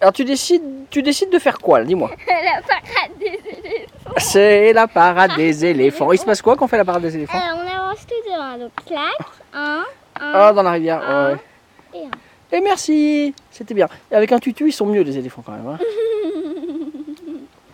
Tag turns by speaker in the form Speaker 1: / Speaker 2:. Speaker 1: Alors tu décides, tu décides de faire quoi là, dis-moi
Speaker 2: la parade des éléphants.
Speaker 1: C'est la parade des éléphants. Il se passe quoi quand on fait la parade des éléphants
Speaker 2: Alors, on avance tout devant. hein, Donc, clac, un, un.
Speaker 1: Ah, dans la rivière. Eh,
Speaker 2: Un
Speaker 1: ouais. Et merci C'était bien. Et avec un tutu, ils sont mieux les éléphants quand même. hein.